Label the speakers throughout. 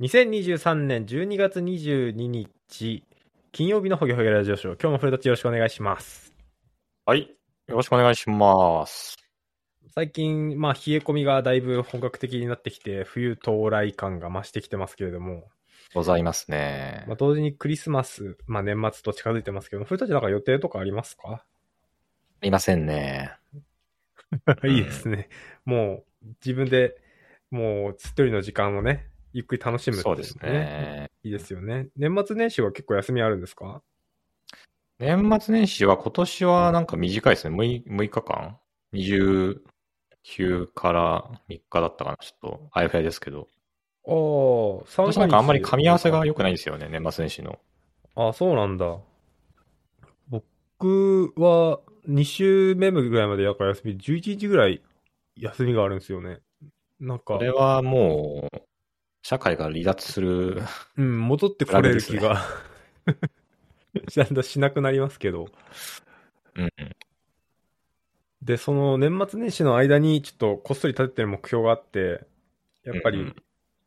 Speaker 1: 2023年12月22日、金曜日のほげほげラジオショー。今日もフレドッチよろしくお願いします。
Speaker 2: はい。よろしくお願いします。
Speaker 1: 最近、まあ、冷え込みがだいぶ本格的になってきて、冬到来感が増してきてますけれども、
Speaker 2: ございますね。
Speaker 1: まあ、同時にクリスマス、まあ、年末と近づいてますけど、フレドッチなんか予定とかありますか
Speaker 2: いませんね。
Speaker 1: いいですね。もう、自分で、もう、つっとりの時間をね、ゆっくり楽しむってい
Speaker 2: そ
Speaker 1: の
Speaker 2: うです。ね。
Speaker 1: いいですよね。年末年始は結構休みあるんですか
Speaker 2: 年末年始は今年はなんか短いですね。6, 6日間 ?29 から3日だったかな。ちょっとあやふやですけど。
Speaker 1: ああ、3
Speaker 2: 今年なんかあんまり噛み合わせが良くないんですよね。年末年始の。
Speaker 1: あ、そうなんだ。僕は2週目ぐらいまでやから休み、11日ぐらい休みがあるんですよね。なんか
Speaker 2: こ、れはもう、社会が離脱する。
Speaker 1: うん、戻ってこれる気が、 だんだんしなくなりますけど。
Speaker 2: うん。
Speaker 1: で、その年末年始の間にちょっとこっそり立ててる目標があって、やっぱり、
Speaker 2: うんうん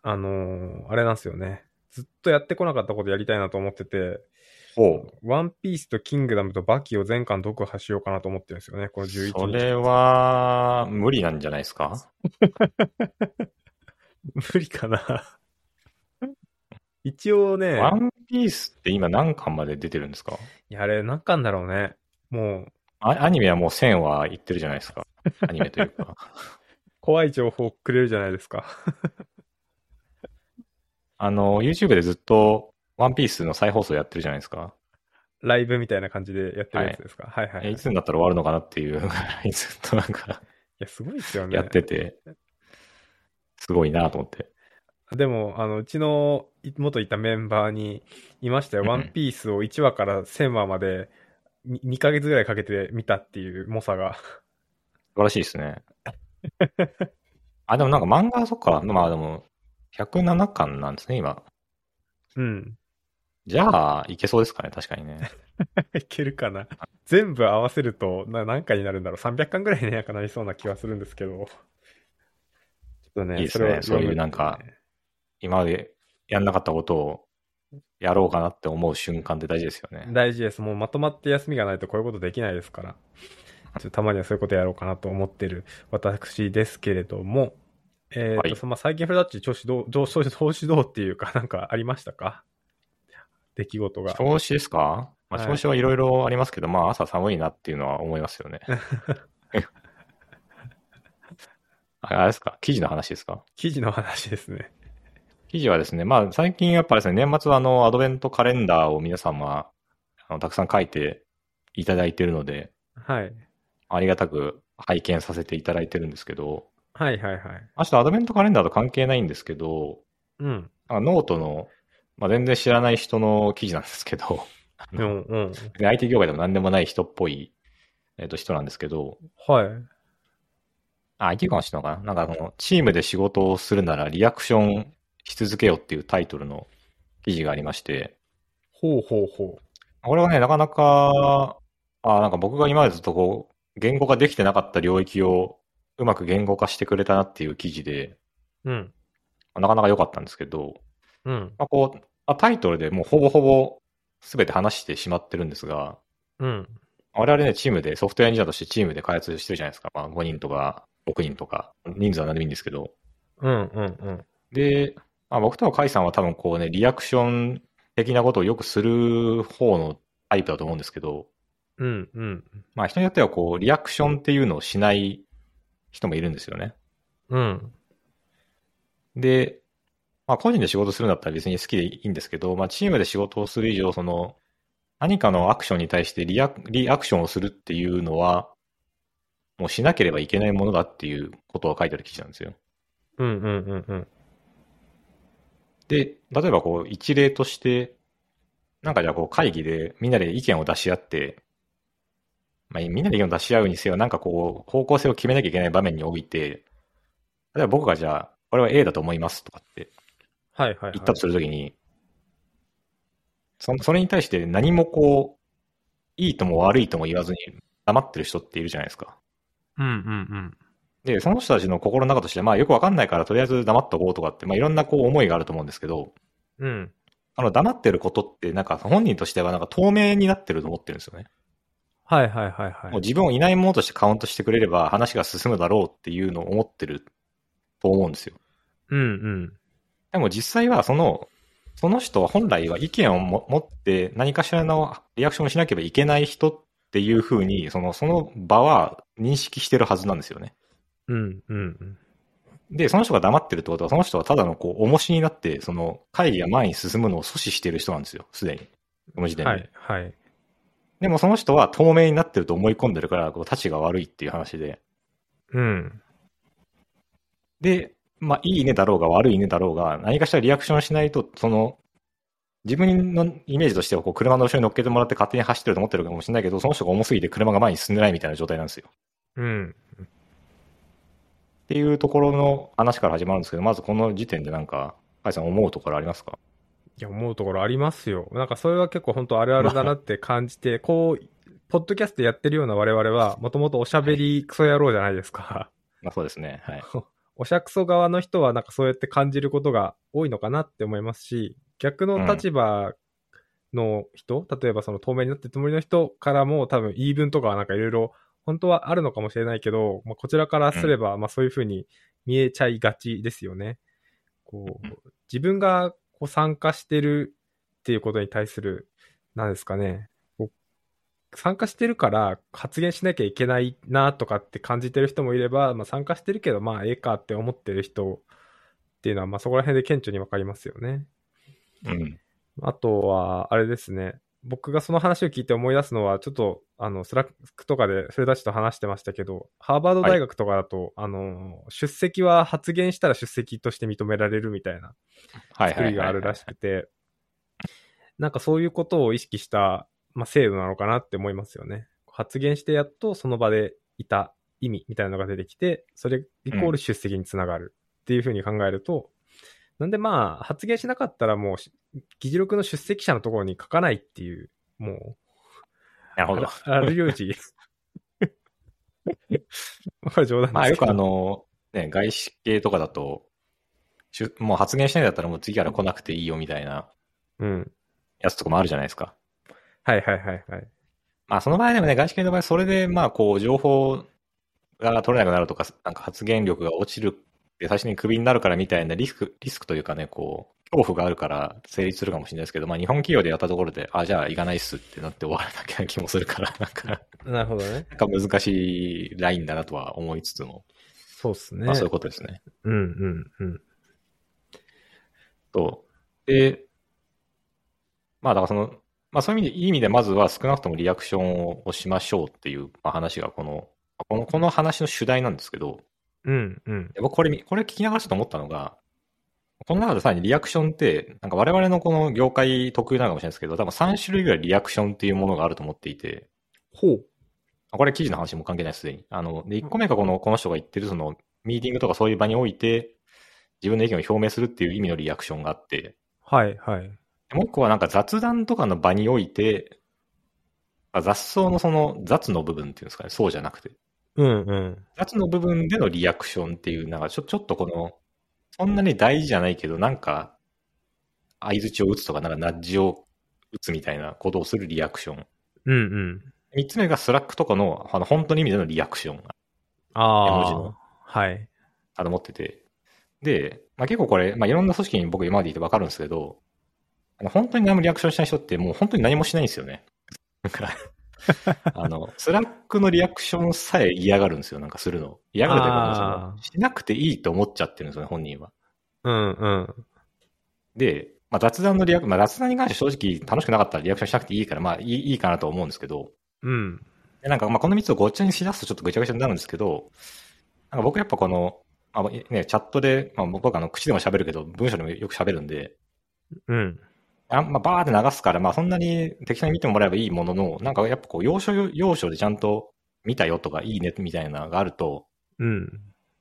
Speaker 1: あのーあれなんですよね。ずっとやってこなかったことやりたいなと思ってて、
Speaker 2: ほ
Speaker 1: ワンピースとキングダムとバキを全巻読破しようかなと思ってるんですよね、この
Speaker 2: う。
Speaker 1: 11日。
Speaker 2: それは、無理なんじゃないですか
Speaker 1: 無理かな。 一応ね、
Speaker 2: ワンピースって今何巻まで出てるんですか
Speaker 1: いやあれ、何巻だろうね。もう、
Speaker 2: あアニメはもう1000はいってるじゃないです か。アニメというか。
Speaker 1: 怖い情報くれるじゃないですか。
Speaker 2: あの、YouTube でずっと、ワンピースの再放送やってるじゃないですか。
Speaker 1: ライブみたいな感じでやってるやつですか。はい、はい、はい
Speaker 2: え
Speaker 1: い
Speaker 2: いつになったら終わるのかなっていうぐらいずっとなんか、
Speaker 1: や、すごいですよね。
Speaker 2: やってて、すごいなと思って。
Speaker 1: でも、あの、うちのい元いたメンバーにいましたよ。
Speaker 2: うん
Speaker 1: ワンピースを1話から1000話までに2ヶ月ぐらいかけて見たっていう猛者が。
Speaker 2: 素晴らしいですね。あ、でもなんか漫画はそっか。まあでも、107巻なんですね、今。
Speaker 1: うん。
Speaker 2: じゃあ、いけそうですかね、確かに ね。
Speaker 1: いけるかな。全部合わせると、な何回になるんだろう。300巻ぐらいになんかなりそうな気はするんですけど。ちょっとね、
Speaker 2: いいですね
Speaker 1: れは
Speaker 2: そういうなんか今までやんなかったことを、やろうかなって思う瞬間って大事ですよね。
Speaker 1: 大事です。もうまとまって休みがないとこういうことできないですから。ちょっとたまにはそういうことやろうかなと思ってる私ですけれども、えっ、
Speaker 2: はい
Speaker 1: と、そまあ最近フラッチ調子どう、どう、調子調子どうっていうか、なんかありましたか出来事が。
Speaker 2: 調子ですか、ま
Speaker 1: は
Speaker 2: あ、
Speaker 1: い
Speaker 2: 調子はいろいろありますけど、まあ朝寒いなっていうのは思います よね。ああれですか記事の話ですか
Speaker 1: 記事の話ですね。
Speaker 2: 記事はですね、まあ最近やっぱですね、年末はあのアドベントカレンダーを皆様、あのたくさん書いていただいてるので、
Speaker 1: はい。
Speaker 2: ありがたく拝見させていただいてるんですけど、
Speaker 1: はいはいはい。
Speaker 2: 明日アドベントカレンダーと関係ないんですけど、
Speaker 1: うん。
Speaker 2: なんかノートの、まあ全然知らない人の記事なんですけど、
Speaker 1: うんうん。
Speaker 2: で IT 業界でも何でもない人っぽい、えっと人なんですけど、
Speaker 1: はい。
Speaker 2: あ、いけるかもしれないのかな。なんかあの、チームで仕事をするならリアクションし続けよっていうタイトルの記事がありまして、
Speaker 1: ほうほうほ
Speaker 2: これはね、なかなか、あ、なんか僕が今までずっとこう、言語化できてなかった領域をうまく言語化してくれたなっていう記事で、
Speaker 1: う。うん。
Speaker 2: なかなか良かったんですけど、
Speaker 1: うん。
Speaker 2: まあ、こうあ、タイトルでもうほぼほぼ全て話してしまってるんですが、
Speaker 1: うん。
Speaker 2: 我々ね、チームで、ソフトウェアエンジニアとしてチームで開発してるじゃないですか。まあ、5人とか、6人とか、人数は何でもいいんですけど、
Speaker 1: うんうんうん。
Speaker 2: で、まあ、僕とカイさんは多分こうね、リアクション的なことをよくする方のタイプだと思うんですけど、
Speaker 1: うんうん。
Speaker 2: まあ人によってはこう、リアクションっていうのをしない人もいるんですよね。
Speaker 1: うん。
Speaker 2: で、まあ個人で仕事するんだったら別に好きでいいんですけど、まあチームで仕事をする以上、その、何かのアクションに対してリアリアクションをするっていうのは、もうしなければいけないものだっていうことが書いてある記事なんですよ。
Speaker 1: うんうんうんうん。
Speaker 2: で、例えばこう一例として、なんかじゃあこう会議でみんなで意見を出し合って、まあ、みんなで意見を出し合うにせよ、なんかこう方向性を決めなきゃいけない場面において、例えば僕がじゃあ、これは A だと思いますとかって
Speaker 1: はいはい、はい。
Speaker 2: 言ったとするときに、そそれに対して何もこう、いいとも悪いとも言わずに黙ってる人っているじゃないですか。
Speaker 1: うんうんうん。
Speaker 2: で、その人たちの心の中として、まあよくわかんないからとりあえず黙っとこうとかって、まあいろんなこう思いがあると思うんですけど、
Speaker 1: うん。
Speaker 2: あの黙ってることってなんか本人としてはなんか透明になってると思ってるんですよね。
Speaker 1: はいはいはいは
Speaker 2: もう
Speaker 1: い。
Speaker 2: 自分をいないものとしてカウントしてくれれば話が進むだろうっていうのを思ってると思うんですよ。
Speaker 1: うんうん。
Speaker 2: でも実際はその、その人は本来は意見をも持って何かしらのリアクションをしなければいけない人っていうふうに、その、その場は認識してるはずなんですよね。
Speaker 1: うんうん
Speaker 2: で、その人が黙ってるってことは、その人はただのこう、重しになって、その会議が前に進むのを阻止してる人なんですよ、すでに。この
Speaker 1: う
Speaker 2: 時
Speaker 1: ん。
Speaker 2: 点で。
Speaker 1: はいはい。
Speaker 2: でもその人は透明になってると思い込んでるから、こう、立ちが悪いっていう話で。
Speaker 1: うん。
Speaker 2: で、まあ、いいねだろうが悪いねだろうが、何かしらリアクションしないと、その、自分のイメージとしては、こう、車の後ろに乗っけてもらって勝手に走ってると思ってるかもしれないけど、その人が重すぎて車が前に進んでないみたいな状態なんですよ。
Speaker 1: うん。
Speaker 2: っていうところの話から始まるんですけど、まずこの時点でなんか、カイさん思うところありますか
Speaker 1: いや、思うところありますよ。なんかそれは結構本当あるあるだなって感じて、こう、ポッドキャストやってるような我々は、もともとおしゃべりクソ野郎じゃないですか。
Speaker 2: まあそうですね。はい。
Speaker 1: おしゃくそ側の人はなんかそうやって感じることが多いのかなって思いますし、逆の立場の人、例えばその透明になってるつもりの人からも多分言い分とかはなんかいろいろ本当はあるのかもしれないけど、まあ、こちらからすればまあそういうふうに見えちゃいがちですよね。こ
Speaker 2: うん
Speaker 1: う自分がこう参加してるっていうことに対する、なんですかね、こう参加してるから発言しなきゃいけないなとかって感じてる人もいれば、まあ、参加してるけど、まあ、ええかって思ってる人っていうのは、まあ、そこら辺で顕著にわかりますよね。
Speaker 2: うん。
Speaker 1: あとは、あれですね。僕がその話を聞いて思い出すのは、ちょっと、あの、スラックとかで、それたちと話してましたけど、ハーバード大学とかだと、あの、出席は発言したら出席として認められるみたいな
Speaker 2: はいはいはいはい。
Speaker 1: 作りがあるらしくて、なんかそういうことを意識した、まあ、制度なのかなって思いますよね。発言してやっとその場でいた意味みたいなのが出てきて、それイコール出席につながるっていうふうに考えると、なんでまあ、発言しなかったらもうし、議事録の出席者のところに書かないっていう、も
Speaker 2: なる
Speaker 1: う、
Speaker 2: ほど。
Speaker 1: あらある領 事。まあこれ冗談ですけど。
Speaker 2: まあよくあの、ね、外資系とかだと、しゅもう発言しないんだったらもう次から来なくていいよみたいな
Speaker 1: うん。
Speaker 2: やつとかもあるじゃないですか。
Speaker 1: はいはいはいはい。
Speaker 2: まあ、その場合でもね、外資系の場合、それで、まあ、こう、情報が取れなくなるとか、なんか発言力が落ちるで、最初にクビになるからみたいなリスク、リスクというかね、こう、恐怖があるから成立するかもしれないですけど、まあ、日本企業でやったところで、あ、じゃあ行かないっすってなって終わらなきゃ気もするから、なんか、
Speaker 1: なるほどね。
Speaker 2: なんか難しいラインだなとは思いつつも、
Speaker 1: そうっすね。
Speaker 2: まあ、そういうことですね。
Speaker 1: うんうんうん。
Speaker 2: と、で、まあだからその、まあそういう意味で、いい意味でまずは少なくともリアクションをしましょうっていうまあ話がこの、このこの話の主題なんですけど、
Speaker 1: うんうん。
Speaker 2: 僕これ見、これ聞きながらちょっと思ったのが、この中でさらにリアクションって、なんか我々のこの業界特有なのかもしれないですけど、多分3種類ぐらいリアクションっていうものがあると思っていて、
Speaker 1: ほう。
Speaker 2: あこれ記事の話も関係ないです、すでに。あの、で、1個目がこの、この人が言ってるその、ミーティングとかそういう場において、自分の意見を表明するっていう意味のリアクションがあって、
Speaker 1: はいはい。
Speaker 2: もう一個はなんか雑談とかの場において、あ雑草のその雑の部分っていうんですかね、そうじゃなくて。
Speaker 1: うんうん。
Speaker 2: 雑の部分でのリアクションっていう、なんかちょちょっとこの、そんなに大事じゃないけど、なんか、相槌を打つとか、なんかナッジを打つみたいなことをするリアクション。
Speaker 1: うんうん。
Speaker 2: 三つ目がスラックとかの、あの、本当の意味でのリアクション。絵文字
Speaker 1: あ
Speaker 2: の
Speaker 1: あ。はい。
Speaker 2: あの、持ってて。で、まあ、結構これ、まあ、いろんな組織に僕今までいてわかるんですけど、あの本当に何もリアクションしない人ってもう本当に何もしないんですよね。なんか、あの、スラックのリアクションさえ嫌がるんですよ、なんかするの。嫌がるというかもうそ
Speaker 1: あ
Speaker 2: の、しなくていいと思っちゃってるんですよね、本人は。
Speaker 1: うんうん。
Speaker 2: で、まあ、雑談のリアク、まあ、雑談に関して正直楽しくなかったらリアクションしなくていいから、まあ、いいいいかなと思うんですけど、
Speaker 1: うん。
Speaker 2: でなんか、まあ、この3つをごっちゃにしだすとちょっとぐちゃぐちゃになるんですけど、なんか僕やっぱこの、まあね、チャットで、まあ、僕はあの口でも喋るけど、文章でもよく喋るんで、
Speaker 1: うん。
Speaker 2: あんまあ、バーって流すから、まあ、そんなに適当に見てもらえばいいものの、なんかやっぱこう、要所要所でちゃんと見たよとか、いいねみたいなのがあると、
Speaker 1: うん。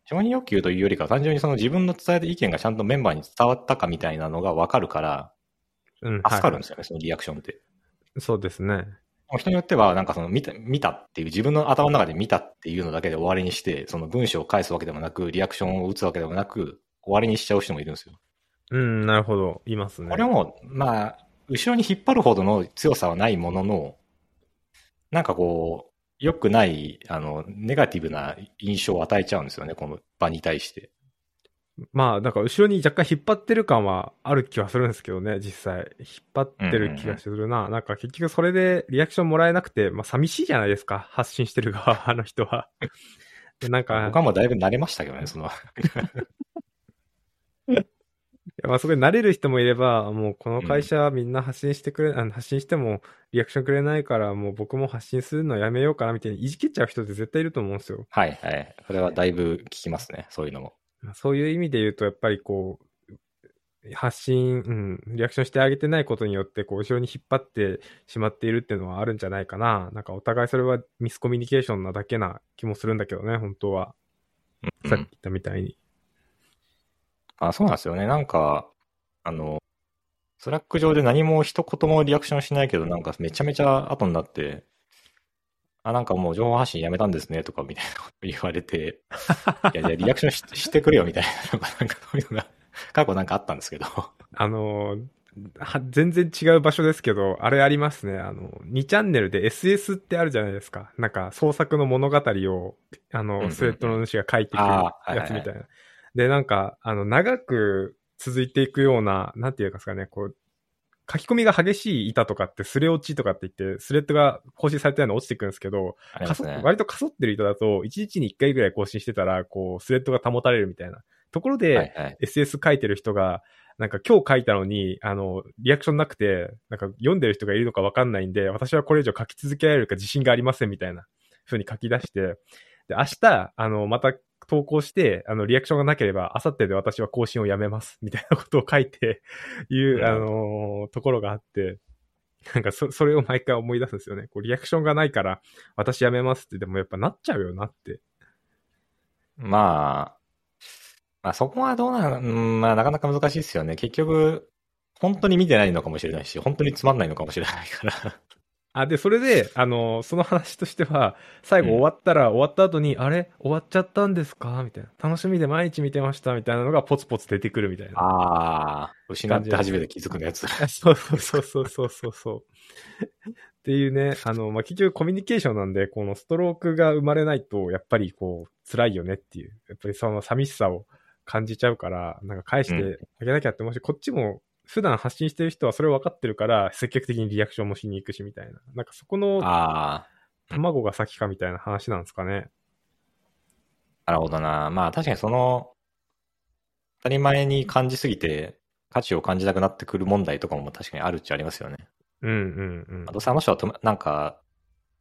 Speaker 2: 承認欲求というよりか、単純にその自分の伝えた意見がちゃんとメンバーに伝わったかみたいなのがわかるから、
Speaker 1: うん。
Speaker 2: 助かる
Speaker 1: は
Speaker 2: んですよね、そのリアクションって。
Speaker 1: いそうですね。
Speaker 2: 人によっては、なんかその見た、見たっていう、自分の頭の中で見たっていうのだけで終わりにして、その文章を返すわけでもなく、リアクションを打つわけでもなく、終わりにしちゃう人もいるんですよ。
Speaker 1: うん、なるほど。いますね。
Speaker 2: これも、まあ、後ろに引っ張るほどの強さはないものの、なんかこう、良くない、あの、ネガティブな印象を与えちゃうんですよね、この場に対して。
Speaker 1: まあ、なんか後ろに若干引っ張ってる感はある気はするんですけどね、実際。引っ張ってる気がするな。なんか結局それでリアクションもらえなくて、まあ寂しいじゃないですか、発信してる側、あの人 は。でなんか、
Speaker 2: 僕はもうだいぶ慣れましたけどね、その、
Speaker 1: いやまあ、そこに慣れる人もいれば、もうこの会社はみんな発信してくれ、あの発信してもリアクションくれないから、もう僕も発信するのやめようかなみたいにいじけちゃう人って絶対いると思うんですよ。
Speaker 2: はいはい。それはだいぶ聞きますね、そういうのも。
Speaker 1: まあそういう意味で言うと、やっぱりこう、発信、うん、リアクションしてあげてないことによって、こう、後ろに引っ張ってしまっているっていうのはあるんじゃないかな。なんかお互いそれはミスコミュニケーションなだけな気もするんだけどね、本当は。さっき言ったみたいに。
Speaker 2: あ、そうなんですよね。なんか、あの、スラック上で何も一言もリアクションしないけど、なんかめちゃめちゃ後になって、あ、なんかもう情報発信やめたんですねとかみたいなこと言われて、いやいや、リアクション ししてくれよみたいなのが、なんかそういうのが、過去なんかあったんですけ ど、
Speaker 1: あのーは全然違う場所ですけど、あれありますね。あの、2チャンネルで SS ってあるじゃないですか。なんか、創作の物語を、あ
Speaker 2: うんうんう
Speaker 1: の、
Speaker 2: ん
Speaker 1: スレッドの主が書いていく
Speaker 2: あ
Speaker 1: や
Speaker 2: ーはいはいはい
Speaker 1: つみたいな。で、なんか、あの、長く続いていくような、なんていうんですかね、こう、書き込みが激しい板とかって、スレ落ちとかって言って、スレッドが更新されたような落ちてくるんですけど、
Speaker 2: ありま
Speaker 1: か
Speaker 2: す
Speaker 1: そ
Speaker 2: ね。
Speaker 1: 割とかそってる板だと、1日に1回ぐらい更新してたら、こう、スレッドが保たれるみたいな。ところで、
Speaker 2: はいはい。
Speaker 1: SS 書いてる人が、なんか今日書いたのに、あの、リアクションなくて、なんか読んでる人がいるのかわかんないんで、私はこれ以上書き続けられるか自信がありませんみたいな風に書き出して、で、明日、あの、また投稿して、あの、リアクションがなければ、明後日で私は更新をやめます、みたいなことを書いて、いう、あのところがあって、なんかそ、それを毎回思い出すんですよね。こう、リアクションがないから、私やめますって、でもやっぱなっちゃうよなって。
Speaker 2: まあ、まあそこはどうなん、うんまあなかなか難しいですよね。結局、本当に見てないのかもしれないし、本当につまんないのかもしれないから。
Speaker 1: あ、で、それで、あの、その話としては、最後終わったら、終わった後に、あれ終わっちゃったんですかみたいな。楽しみで毎日見てました、みたいなのがポツポツ出てくるみたいな。
Speaker 2: ああ、失って初めて気づくのや つ。
Speaker 1: そうそうそうそうそうそうそう。っていうね、あの、まあ、結局コミュニケーションなんで、このストロークが生まれないと、やっぱりこう、辛いよねっていう、やっぱりその寂しさを感じちゃうから、なんか返してあげなきゃって、もしこっちも普段発信してる人はそれを分かってるから、積極的にリアクションもしに行くしみたいな。なんかそこの
Speaker 2: ああ。
Speaker 1: 卵が先かみたいな話なんですかね。
Speaker 2: なるほどな。まあ確かにその、当たり前に感じすぎて、価値を感じなくなってくる問題とかも確かにあるっちゃありますよね。
Speaker 1: うんうんうん
Speaker 2: まあ、。どうせあの人はとなんか、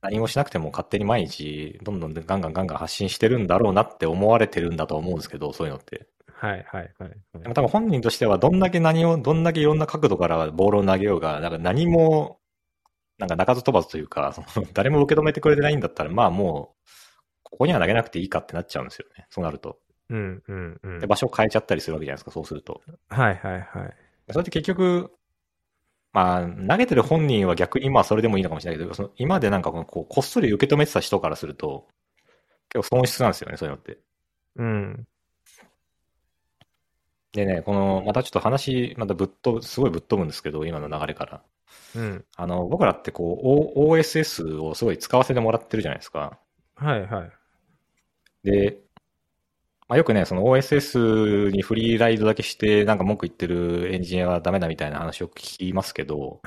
Speaker 2: 何もしなくても勝手に毎日、どんどんガンガンガンガン発信してるんだろうなって思われてるんだと思うんですけど、そういうのって。
Speaker 1: はいはいはい、
Speaker 2: で
Speaker 1: は
Speaker 2: も
Speaker 1: い。
Speaker 2: 多分本人としては、どんだけ何を、どんだけいろんな角度からボールを投げようが、なんか何も、なんか鳴かず飛ばずというか、その 誰も受け止めてくれてないんだったら、まあもう、ここには投げなくていいかってなっちゃうんですよね。そうなると。
Speaker 1: うんうんうん
Speaker 2: で、。場所を変えちゃったりするわけじゃないですか、そうすると。
Speaker 1: はいはいはい。
Speaker 2: それって結局、まあ、投げてる本人は逆にまあ、それでもいいのかもしれないけど、その今までなんかこう、こうこっそり受け止めてた人からすると、結構損失なんですよね、そういうのって。
Speaker 1: うん。
Speaker 2: でね、この、またちょっと話、またぶっ飛ぶ、すごいぶっ飛ぶんですけど、今の流れから。
Speaker 1: うん。
Speaker 2: あの、僕らってこう、O- OSS をすごい使わせてもらってるじゃないですか。
Speaker 1: はいはい。
Speaker 2: で、まあ、よくね、その OSS にフリーライドだけして、なんか文句言ってるエンジニアはダメだみたいな話を聞きますけど、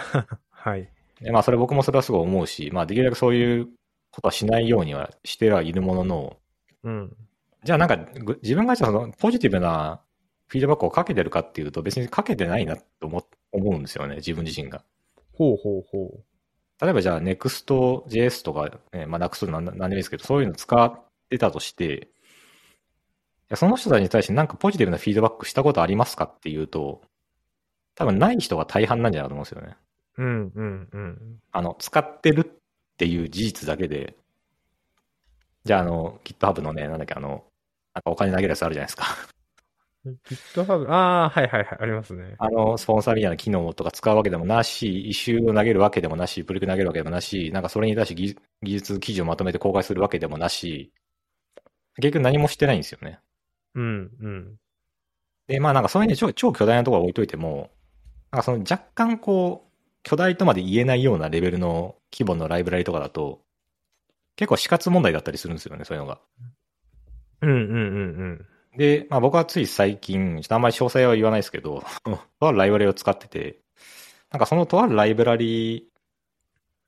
Speaker 1: はい。
Speaker 2: で、まあ、それ僕もそれはすごい思うし、まあ、できるだけそういうことはしないようにはしてはいるものの、
Speaker 1: うん。
Speaker 2: じゃあなんか、ぐ自分がじゃあそのポジティブなフィードバックをかけてるかっていうと、別にかけてないなと思思うんですよね、自分自身が。
Speaker 1: ほうほうほう。
Speaker 2: 例えばじゃあ Next.js とか、ね、まあ Next なんなんでもいいですけど、そういうの使ってたとして、いやその人たちに対してなんかポジティブなフィードバックしたことありますかっていうと、多分ない人が大半なんじゃないかと思うんですよね。
Speaker 1: うんうんうん。
Speaker 2: あの、使ってるっていう事実だけで、じゃあ、あの、GitHub のね、なんだっけ、あの、なんかお金投げるやつあるじゃないですか。
Speaker 1: GitHub、ああ、はいはいはい、ありますね。
Speaker 2: あの、スポンサーみたいな機能とか使うわけでもなし、イシューを投げるわけでもなし、プリク投げるわけでもなし、なんかそれに対して技技術記事をまとめて公開するわけでもなし、結局何もしてないんですよね。
Speaker 1: うん、うん。
Speaker 2: で、まあなんかそういうね、超超巨大なところは置いといても、なんかその若干こう、巨大とまで言えないようなレベルの規模のライブラリとかだと、結構死活問題だったりするんですよね、そういうのが。
Speaker 1: うんうんうん
Speaker 2: で、まあ僕はつい最近、ちょっとあんまり詳細は言わないですけど、 とあるライブラリを使ってて、なんかそのとあるライブラリ、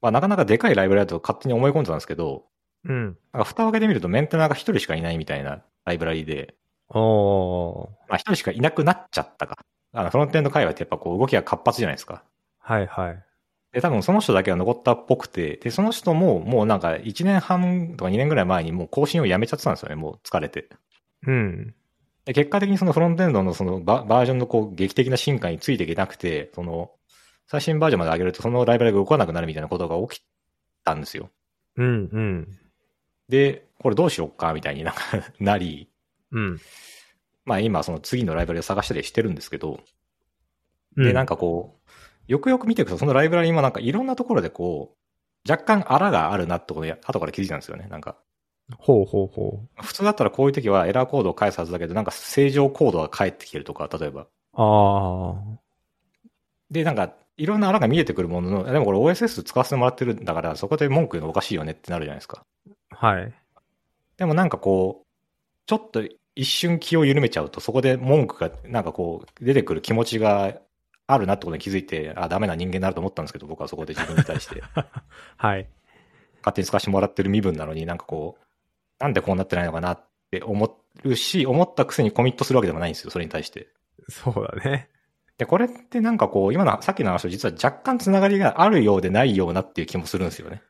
Speaker 2: まあなかなかでかいライブラリだと勝手に思い込んでたんですけど、
Speaker 1: うん。うん。
Speaker 2: なんか蓋を開けてみるとメンテナーが一人しかいないみたいなライブラリで、
Speaker 1: おー。
Speaker 2: まあ一人しかいなくなっちゃったか。あの、フロントエンド界隈ってやっぱこう動きが活発じゃないですか。
Speaker 1: はいはい。
Speaker 2: で、多分その人だけが残ったっぽくて、で、その人ももうなんか1年半とか2年ぐらい前にもう更新をやめちゃってたんですよね、もう疲れて。
Speaker 1: うん。
Speaker 2: で、結果的にそのフロントエンドのそのババージョンのこう劇的な進化についていけなくて、その最新バージョンまで上げるとそのライブラリが動かなくなるみたいなことが起きたんですよ。
Speaker 1: うんうん。
Speaker 2: で、これどうしよっかみたいになんかなり、
Speaker 1: うん。
Speaker 2: まあ今その次のライブラリを探したりしてるんですけど、
Speaker 1: う
Speaker 2: で、
Speaker 1: ん
Speaker 2: なんかこう、よくよく見ていくと、そのライブラリもなんかいろんなところでこう、若干荒があるなってことに後から気づいたんですよね。なんか、
Speaker 1: ほうほうほう。
Speaker 2: 普通だったらこういう時はエラーコードを返すはずだけど、なんか正常コードが返ってきてるとか、例えば。
Speaker 1: ああ。
Speaker 2: で、なんか、いろんな穴が見えてくるものの、でもこれ OSS 使わせてもらってるんだから、そこで文句言うのおかしいよねってなるじゃないですか。
Speaker 1: はい。
Speaker 2: でもなんかこう、ちょっと一瞬気を緩めちゃうと、そこで文句が、なんかこう、出てくる気持ちがあるなってことに気づいて、あ、ダメな人間になると思ったんですけど、僕はそこで自分に対して、
Speaker 1: はい。
Speaker 2: 勝手に使わせてもらってる身分なのになんかこう、なんでこうなってないのかなって思うし、思ったくせにコミットするわけでもないんですよ、それに対して。
Speaker 1: そうだね。
Speaker 2: で、これってなんかこう、今の、さっきの話と実は若干つながりがあるようでないようなっていう気もするんですよね。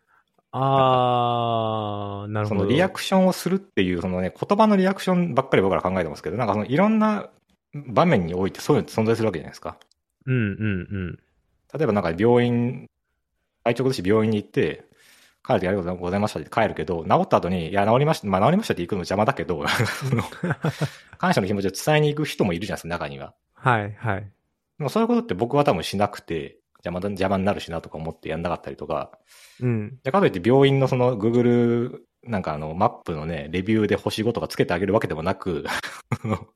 Speaker 1: ああ、なる
Speaker 2: そ
Speaker 1: ほど。
Speaker 2: のリアクションをするっていう、そのね、言葉のリアクションばっかり僕ら考えてますけど、なんかそのいろんな場面においてそういうのって存在するわけじゃないですか。
Speaker 1: うんうん
Speaker 2: 例えばなんか病院、体調崩して病院に行って、帰るとありがとうございましたって帰るけど、治った後に、いや、治りました、まあ治りましたって行くの邪魔だけど、 なんかその、感謝の気持ちを伝えに行く人もいるじゃないですか、中には。
Speaker 1: うん。はいはい。
Speaker 2: でもそういうことって僕は多分しなくて、邪魔だ、邪魔になるしなとか思ってやんなかったりとか、
Speaker 1: うん。
Speaker 2: じゃあかといって病院のその Google なんかあのマップのね、レビューで星5とかつけてあげるわけでもなく、 あの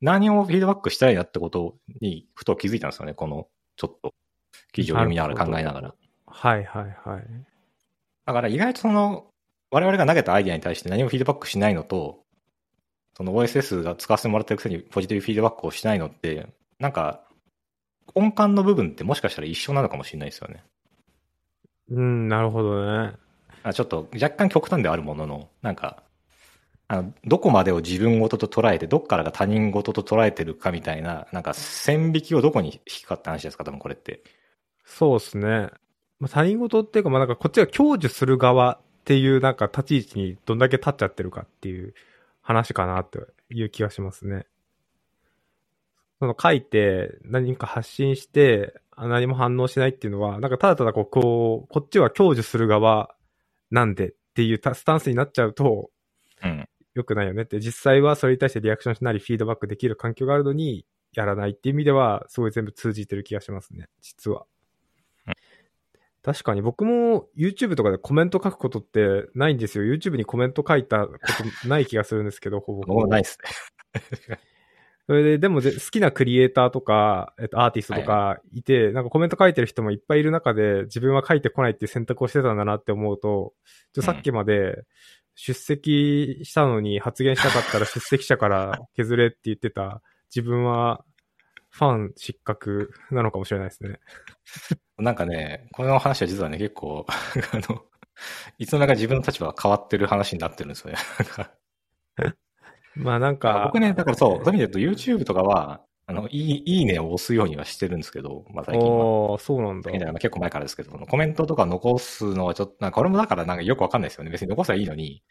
Speaker 2: 何をフィードバックしたいなってことにふと気づいたんですよね、このちょっと記事を読みながら考え
Speaker 1: な
Speaker 2: なが
Speaker 1: る
Speaker 2: ら。
Speaker 1: はいはいはい。
Speaker 2: だから意外とその我々が投げたアイデアに対して何もフィードバックしないのと、その OSS が使わせてもらってるくせにポジティブフィードバックをしないのって、なんか根幹の部分ってもしかしたら一緒なのかもしれないですよね。
Speaker 1: うん、なるほどね。
Speaker 2: あちょっと若干極端ではあるものの、なんか、あのどこまでを自分事と捉えて、どっからが他人事と捉えてるかみたいな、なんか線引きをどこに引くかって話ですか、多分これって。
Speaker 1: そうですね。まあ、他人事っていうか、まあ、なんかこっちが享受する側っていうなんか立ち位置にどんだけ立っちゃってるかっていう話かなという気がしますね。その書いて何か発信してあ何も反応しないっていうのは、なんかただただこう、こうこっちは享受する側なんでっていうたスタンスになっちゃうと
Speaker 2: うん。
Speaker 1: 良くないよねって、実際はそれに対してリアクションしなりフィードバックできる環境があるのにやらないっていう意味では、すごい全部通じてる気がしますね、実は
Speaker 2: うん。
Speaker 1: 確かに僕も YouTube とかでコメント書くことってないんですよ。YouTube にコメント書いたことない気がするんですけど、ほぼほ
Speaker 2: 僕も
Speaker 1: ぼ。
Speaker 2: ないですね。
Speaker 1: それで、でもぜ好きなクリエイターとか、えっと、アーティストとかいて、なんかコメント書いてる人もいっぱいいる中で、自分は書いてこないっていう選択をしてたんだなって思うと、ちょさっきまで出席したのに発言しなか ったら出席者から削れって言ってた、自分はファン失格なのかもしれないですね。
Speaker 2: なんかね、この話は実はね、結構、 あの、いつの間にか自分の立場が変わってる話になってるんですよね。なんか
Speaker 1: まあなんか。
Speaker 2: 僕ね、だからそう、そういう意味で言うと YouTube とかは、あの、いい、いいねを押すようにはしてるんですけど、まあ最近は。
Speaker 1: おーそうなんだ
Speaker 2: 最。近じゃないまあ結構前からですけど、そのコメントとか残すのはちょっと、なんかこれもだからなんかよくわかんないですよね。別に残せばいいのに、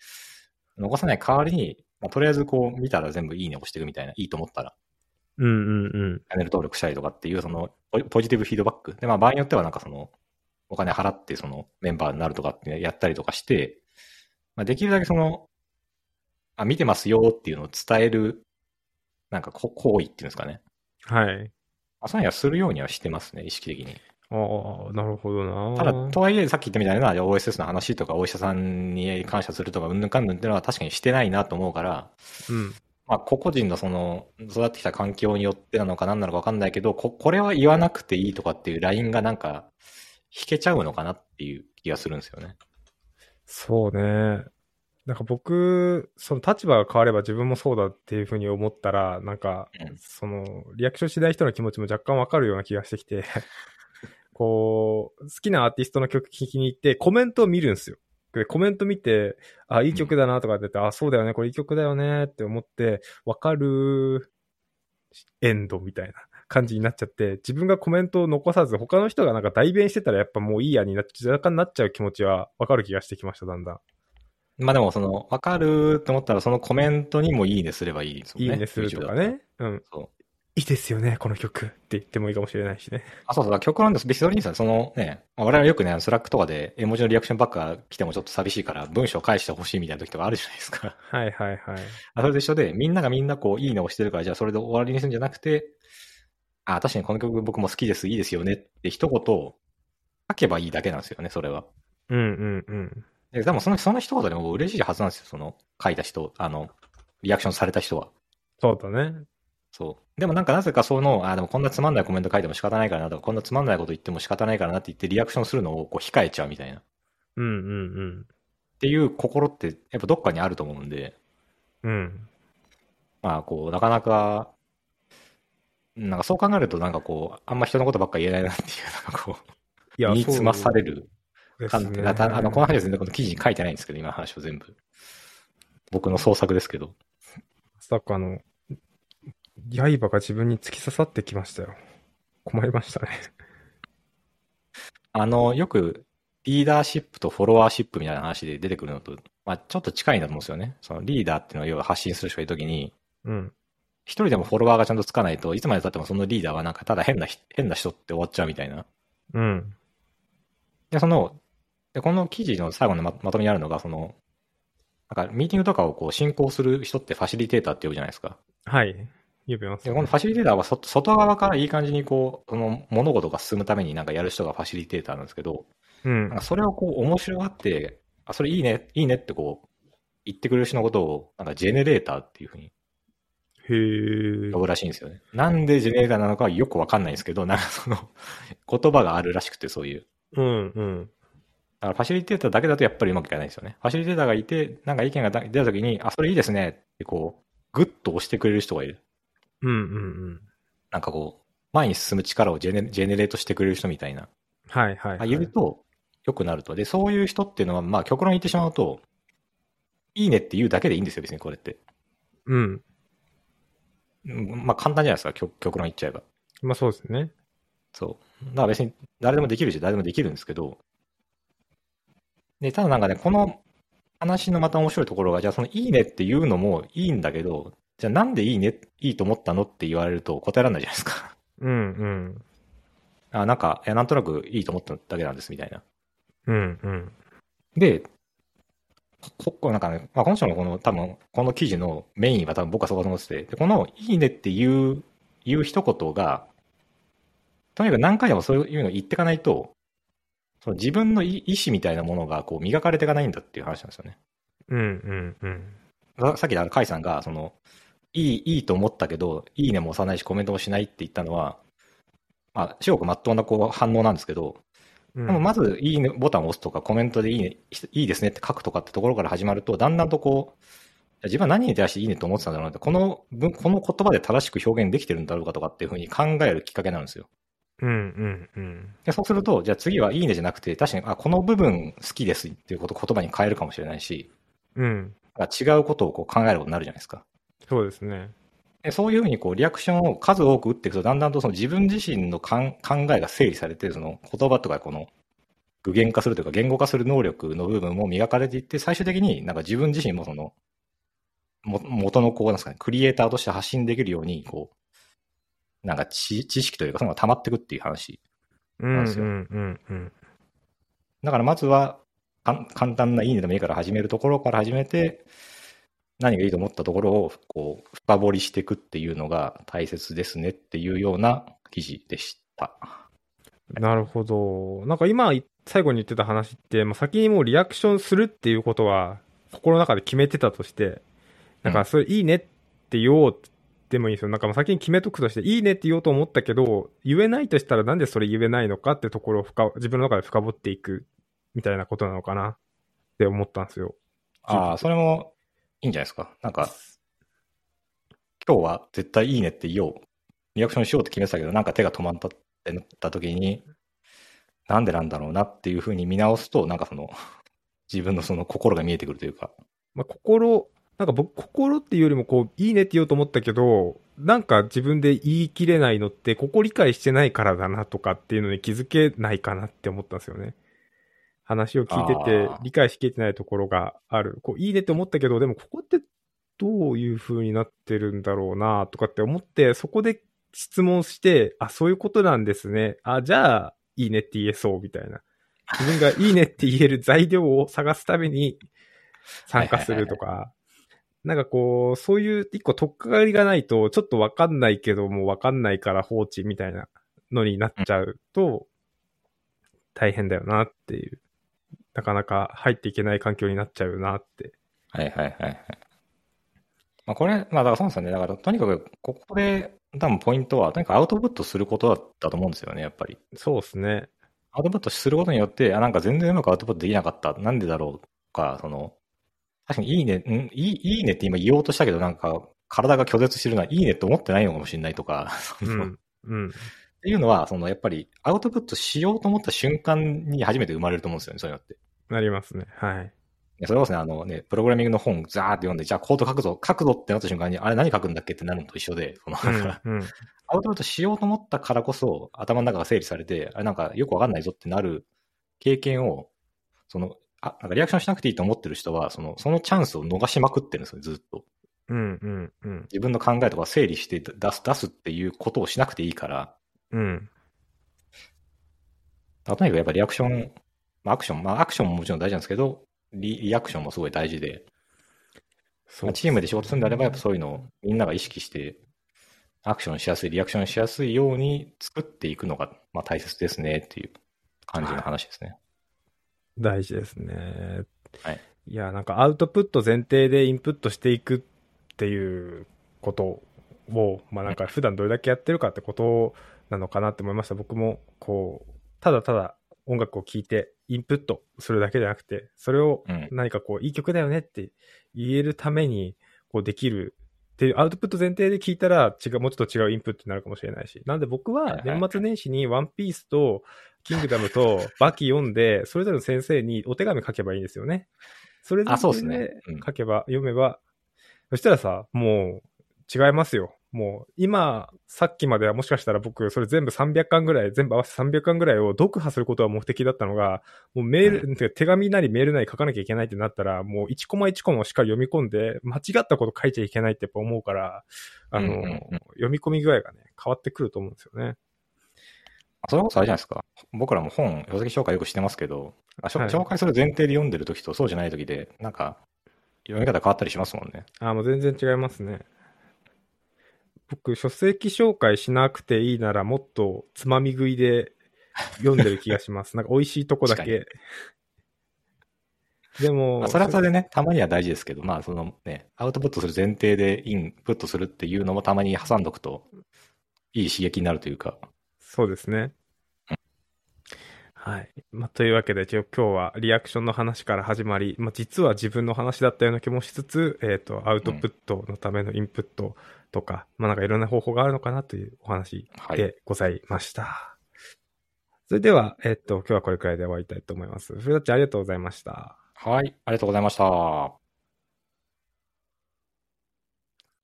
Speaker 2: 残さない代わりに、まあ、とりあえずこう見たら全部いいね押していくみたいな、いいと思ったら、
Speaker 1: うんうんうん。
Speaker 2: チャンネル登録したりとかっていう、その、ポポジティブフィードバック。で、まあ場合によってはなんかその、お金払ってそのメンバーになるとかってねやったりとかして、まあできるだけその、あ、見てますよっていうのを伝えるなんかこ行為っていうんですかね。
Speaker 1: はい。
Speaker 2: まあそういうのはするようにはしてますね、意識的に。
Speaker 1: ああ、なるほどな。
Speaker 2: ただ、とはいえ、さっき言ったみたいな OSS の話とか、お医者さんに感謝するとか、うんぬんかんぬんっていうのは確かにしてないなと思うから、
Speaker 1: うん。
Speaker 2: まあ、個々人のその、育ってきた環境によってなのか何なのか分かんないけど、こ、これは言わなくていいとかっていうラインがなんか、引けちゃうのかなっていう気がするんですよね。
Speaker 1: そうね。なんか僕、その立場が変われば自分もそうだっていうふうに思ったら、なんか
Speaker 2: うん、
Speaker 1: その、リアクションしない人の気持ちも若干わかるような気がしてき て、こう、好きなアーティストの曲聴きに行って、コメントを見るんですよ。で、コメント見て、あ、いい曲だなとかって言って、あ、そうだよね、これいい曲だよねって思って、わかる、エンドみたいな感じになっちゃって、自分がコメントを残さず、他の人がなんか代弁してたらやっぱもういいやになっちゃう、若干なっちゃう気持ちはわかる気がしてきました、だんだん。
Speaker 2: まあでも、その、分かると思ったら、そのコメントにもいいねすればいいですもん
Speaker 1: い
Speaker 2: ね。
Speaker 1: いねするとかね。うん。
Speaker 2: そう。
Speaker 1: いいですよね、この曲って言ってもいいかもしれないしね。
Speaker 2: あ、そうそう、だから極論です。別にさ、そのね、まあ我々よくね、スラックとかで絵文字のリアクションばっか来てもちょっと寂しいから、文章返してほしいみたいな時とかあるじゃないですか。
Speaker 1: はいはいはい。
Speaker 2: あそれと一緒で、みんながみんなこう、いいねをしてるから、じゃあそれで終わりにするんじゃなくて、あ、確かにこの曲僕も好きです、いいですよねって一言書けばいいだけなんですよね、それは。
Speaker 1: うんうんうん。
Speaker 2: ででもその、その一言でも嬉しいはずなんですよ、その、書いた人、あの、リアクションされた人は。
Speaker 1: そうだね。
Speaker 2: そう。でもなんかなぜかその、あ、でもこんなつまんないコメント書いても仕方ないからなとか、こんなつまんないこと言っても仕方ないからなって言ってリアクションするのをこう控えちゃうみたいな。っ
Speaker 1: うんうん
Speaker 2: ていう心って、やっぱどっかにあると思うんで、
Speaker 1: うん。うん。
Speaker 2: まあこう、なかなか、なんかそう考えるとなんかこう、あんま人のことばっか言えないなっていう、なんかこ、
Speaker 1: いう
Speaker 2: 身につまされる
Speaker 1: そうです
Speaker 2: 感
Speaker 1: ね
Speaker 2: じが、たあの、この話は全然この記事に書いてないんですけど、今の話は全部。僕の創作ですけど。
Speaker 1: まさかあの、刃が自分に突き刺さってきましたよ。困りましたね。
Speaker 2: あの、よく、リーダーシップとフォロワーシップみたいな話で出てくるのと、まあ、ちょっと近いんだと思うんですよね。そのリーダーっていうのは要は発信する人がいるときに、
Speaker 1: うん。
Speaker 2: 一人でもフォロワーがちゃんとつかないといつまで経ってもそのリーダーはなんかただ変な人、変な人って終わっちゃうみたいな。
Speaker 1: うん。
Speaker 2: で、その、で、この記事の最後のままとめにあるのが、その、なんかミーティングとかをこう進行する人ってファシリテーターって呼ぶじゃないですか。
Speaker 1: はい。呼びます
Speaker 2: で、
Speaker 1: ね、
Speaker 2: このファシリテーターはそ外側からいい感じにこう、その物事が進むためになんかやる人がファシリテーターなんですけど、
Speaker 1: うん
Speaker 2: なんか。それをこう面白がって、あ、それいいね、いいねってこう、言ってくれる人のことを、なんかジェネレーターっていうふうに
Speaker 1: へえ
Speaker 2: 呼。ぶらしいんですよね。なんでジェネレーターなのかはよくわかんないんですけど、なんかその、言葉があるらしくてそういう。
Speaker 1: うんうん。
Speaker 2: だからファシリテーターだけだとやっぱりうまくいかないんですよね。ファシリテーターがいて、なんか意見が出た時に、あ、それいいですねってこう、グッと押してくれる人がいる。
Speaker 1: うんうんうん。
Speaker 2: なんかこう、前に進む力をジェネジェネレートしてくれる人みたいな。
Speaker 1: はいはい、
Speaker 2: あ
Speaker 1: はい。
Speaker 2: いると良くなると。で、そういう人っていうのは、まあ、極論言ってしまうと、いいねって言うだけでいいんですよ、別にこれって。
Speaker 1: うん。
Speaker 2: うんまあ、簡単じゃないですか、極極論言っちゃえば。
Speaker 1: まあそうですね。
Speaker 2: そう。だから別に誰でもできるし、誰でもできるんですけど、で、ただなんかね、この話のまた面白いところが、じゃあそのいいねっていうのもいいんだけど、じゃあなんでいいね、いいと思ったのって言われると答えられないじゃないですか。
Speaker 1: うんうん。
Speaker 2: あ、なんか、いや、なんとなくいいと思っただけなんです、みたいな。
Speaker 1: うんうん。
Speaker 2: で、ここなんかね、まあ、この人のこの、多分この記事のメインは多分僕はそこだと思ってて、でこのいいねっていう、いう一言が、とにかく何回でもそういうのを言っていかないと、その自分の意意思みたいなものがこう磨かれていかないんだっていう話なんですよね。
Speaker 1: うんうんうん。
Speaker 2: ささっきだから甲斐さんが、その、いい、いいと思ったけど、いいねも押さないしコメントもしないって言ったのは、まあ、至極まっとうなこう反応なんですけど、
Speaker 1: で
Speaker 2: でもまず、いいねボタンを押すとか、コメントでいいね、いいですねって書くとかってところから始まると、だんだんとこう、自分は何に対していいねと思ってたんだろうなって、この文、この言葉で正しく表現できてるんだろうかとかっていうふうに考えるきっかけなんですよ。
Speaker 1: うんうんうん。
Speaker 2: でそうすると、じゃあ次はいいねじゃなくて、確かに、あ、この部分好きですっていうことを言葉に変えるかもしれないし、
Speaker 1: うん。
Speaker 2: なんか違うことをこう考えることになるじゃないですか。
Speaker 1: そうですね。
Speaker 2: でそういうふうにこうリアクションを数多く打っていくと、だんだんとその自分自身のかん考えが整理されて、その言葉とかこの具現化するというか、言語化する能力の部分も磨かれていって、最終的になんか自分自身もその、も元のこうなんですかね、クリエイターとして発信できるように、こう、なんか知知識というか、そのが溜まっていくっていう話。
Speaker 1: うん
Speaker 2: ん
Speaker 1: う
Speaker 2: うん
Speaker 1: うんうん。
Speaker 2: だからまずは、かん簡単ないいねでもいいから始めるところから始めて、何がいいと思ったところをこう深掘りしていくっていうのが大切ですねっていうような記事でした。
Speaker 1: なるほど。なんか今、最後に言ってた話って、まあ、先にもうリアクションするっていうことは、心の中で決めてたとして、なん
Speaker 2: う
Speaker 1: か
Speaker 2: ん
Speaker 1: それいいねって言おうでもいいんですよ。なんかまあ先に決めとくとして、いいねって言おうと思ったけど、言えないとしたらなんでそれ言えないのかってところを深自分の中で深掘っていくみたいなことなのかなって思ったんですよ。
Speaker 2: ああ、それもいいんじゃないですか。なんか、今日は絶対いいねって言おう。リアクションしようって決めてたけど、なんか手が止まったってなった時に、なんでなんだろうなっていうふうに見直すと、なんかその、自分のその心が見えてくるというか、
Speaker 1: まあ、心、なんか僕、心っていうよりもこう、いいねって言おうと思ったけど、なんか自分で言い切れないのって、ここ理解してないからだなとかっていうのに気づけないかなって思ったんですよね。話を聞いてて
Speaker 2: あー、
Speaker 1: 理解しきれてないところがある。こう、いいねって思ったけど、でもここってどういう風になってるんだろうなとかって思って、そこで質問して、あ、そういうことなんですね。あ、じゃあ、いいねって言えそうみたいな。自分がいいねって言える材料を探すために参加するとか、なんかこう、そういう一個とっかかりがないと、ちょっとわかんないけど、もうわかんないから放置みたいなのになっちゃうと、大変だよなっていう。なかなか入っていけない環境になっちゃうなって。
Speaker 2: はいはいはいはい。まあこれ、まあだからそうなんですよね。だからとにかく、ここで多分ポイントは、とにかくアウトプットすることだったと思うんですよね、やっぱり。
Speaker 1: そうですね。
Speaker 2: アウトプットすることによって、あ、なんか全然うまくアウトプットできなかった。なんでだろうとか、その、確かにいいね、んいい、いいねって今言おうとしたけど、なんか体が拒絶してるのはいいねって思ってないのかもしれないとか、そうのっ
Speaker 1: ん。うん。
Speaker 2: ていうのは、そのやっぱりアウトプットしようと思った瞬間に初めて生まれると思うんですよね、そういうのって。
Speaker 1: なりますね。はい。
Speaker 2: いやそれこそね、あのね、プログラミングの本ザーって読んで、じゃあコード書くぞ、書くぞってなった瞬間に、あれ何書くんだっけってなるのと一緒で、その、だから
Speaker 1: うん。うん
Speaker 2: アウトプットしようと思ったからこそ、頭の中が整理されて、あれなんかよくわかんないぞってなる経験を、その、あ、なんかリアクションしなくていいと思ってる人は、その、そのチャンスを逃しまくってるんですよ、ずっと。
Speaker 1: うん。うん。うん。
Speaker 2: 自分の考えとか整理して出す、出すっていうことをしなくていいから、
Speaker 1: うん。
Speaker 2: とにかくやっぱリアクション、まあ、アクション、まあ、アクションももちろん大事なんですけど、リリアクションもすごい大事で、
Speaker 1: そ
Speaker 2: まあ
Speaker 1: う。
Speaker 2: チームで仕事するんであれば、やっぱそういうのをみんなが意識して、アクションしやすい、リアクションしやすいように作っていくのが、まあ、大切ですねっていう感じの話ですね。
Speaker 1: 大事ですね。
Speaker 2: はい。
Speaker 1: いや、なんかアウトプット前提でインプットしていくっていうことを、まあなんか普段どれだけやってるかってことなのかなって思いました。僕も、こう、ただただ音楽を聴いてインプットするだけじゃなくて、それを
Speaker 2: うん
Speaker 1: 何かこう、いい曲だよねって言えるために、こうできるっていうアウトプット前提で聞いたら違う、もうちょっと違うインプットになるかもしれないし。なんで僕
Speaker 2: はい
Speaker 1: は
Speaker 2: はいはい
Speaker 1: 年末年始にワンピースとキングダムとバキ読んで、それぞれの先生にお手紙書けばいいんですよね。それぞ
Speaker 2: あそうです
Speaker 1: れ
Speaker 2: ね
Speaker 1: で
Speaker 2: うん
Speaker 1: 書けば、読めば。そしたらさ、もう違いますよ。もう今、さっきまではもしかしたら僕、それ全部300巻ぐらい、全部合わせて300巻ぐらいを読破することは目的だったのが、もうメール、てか手紙なりメールなり書かなきゃいけないってなったら、もう1コマ1コマをしっかり読み込んで、間違ったこと書いちゃいけないってやっぱ思うから、あの、
Speaker 2: うんうんうん
Speaker 1: 読み込み具合がね、変わってくると思うんですよね。
Speaker 2: それこそあれじゃないですか。僕らも本、書籍紹介よくしてますけど、あしょ
Speaker 1: はい
Speaker 2: 紹介する前提で読んでる時とそうじゃない時で、なんか、読み方変わったりしますもんね。
Speaker 1: あー、もう全然違いますね。僕、書籍紹介しなくていいならもっとつまみ食いで読んでる気がします。 なんか美味しいとこだけ。でも、
Speaker 2: まあ、それはそれでね、たまには大事ですけど、まあ、そのね、アウトプットする前提でインプットするっていうのもたまに挟んどくと、いい刺激になるというか、
Speaker 1: そうですね。はい。まあ、というわけで、一応今日はリアクションの話から始まり、まあ、実は自分の話だったような気もしつつ、えっ、と、アウトプットのためのインプットとか、まあ、なんかいろんな方法があるのかなというお話
Speaker 2: はい。
Speaker 1: でございました。それでは、えっ、と、今日はこれくらいで終わりたいと思います。ふれたちありがとうございました。
Speaker 2: はい、ありがとうございました。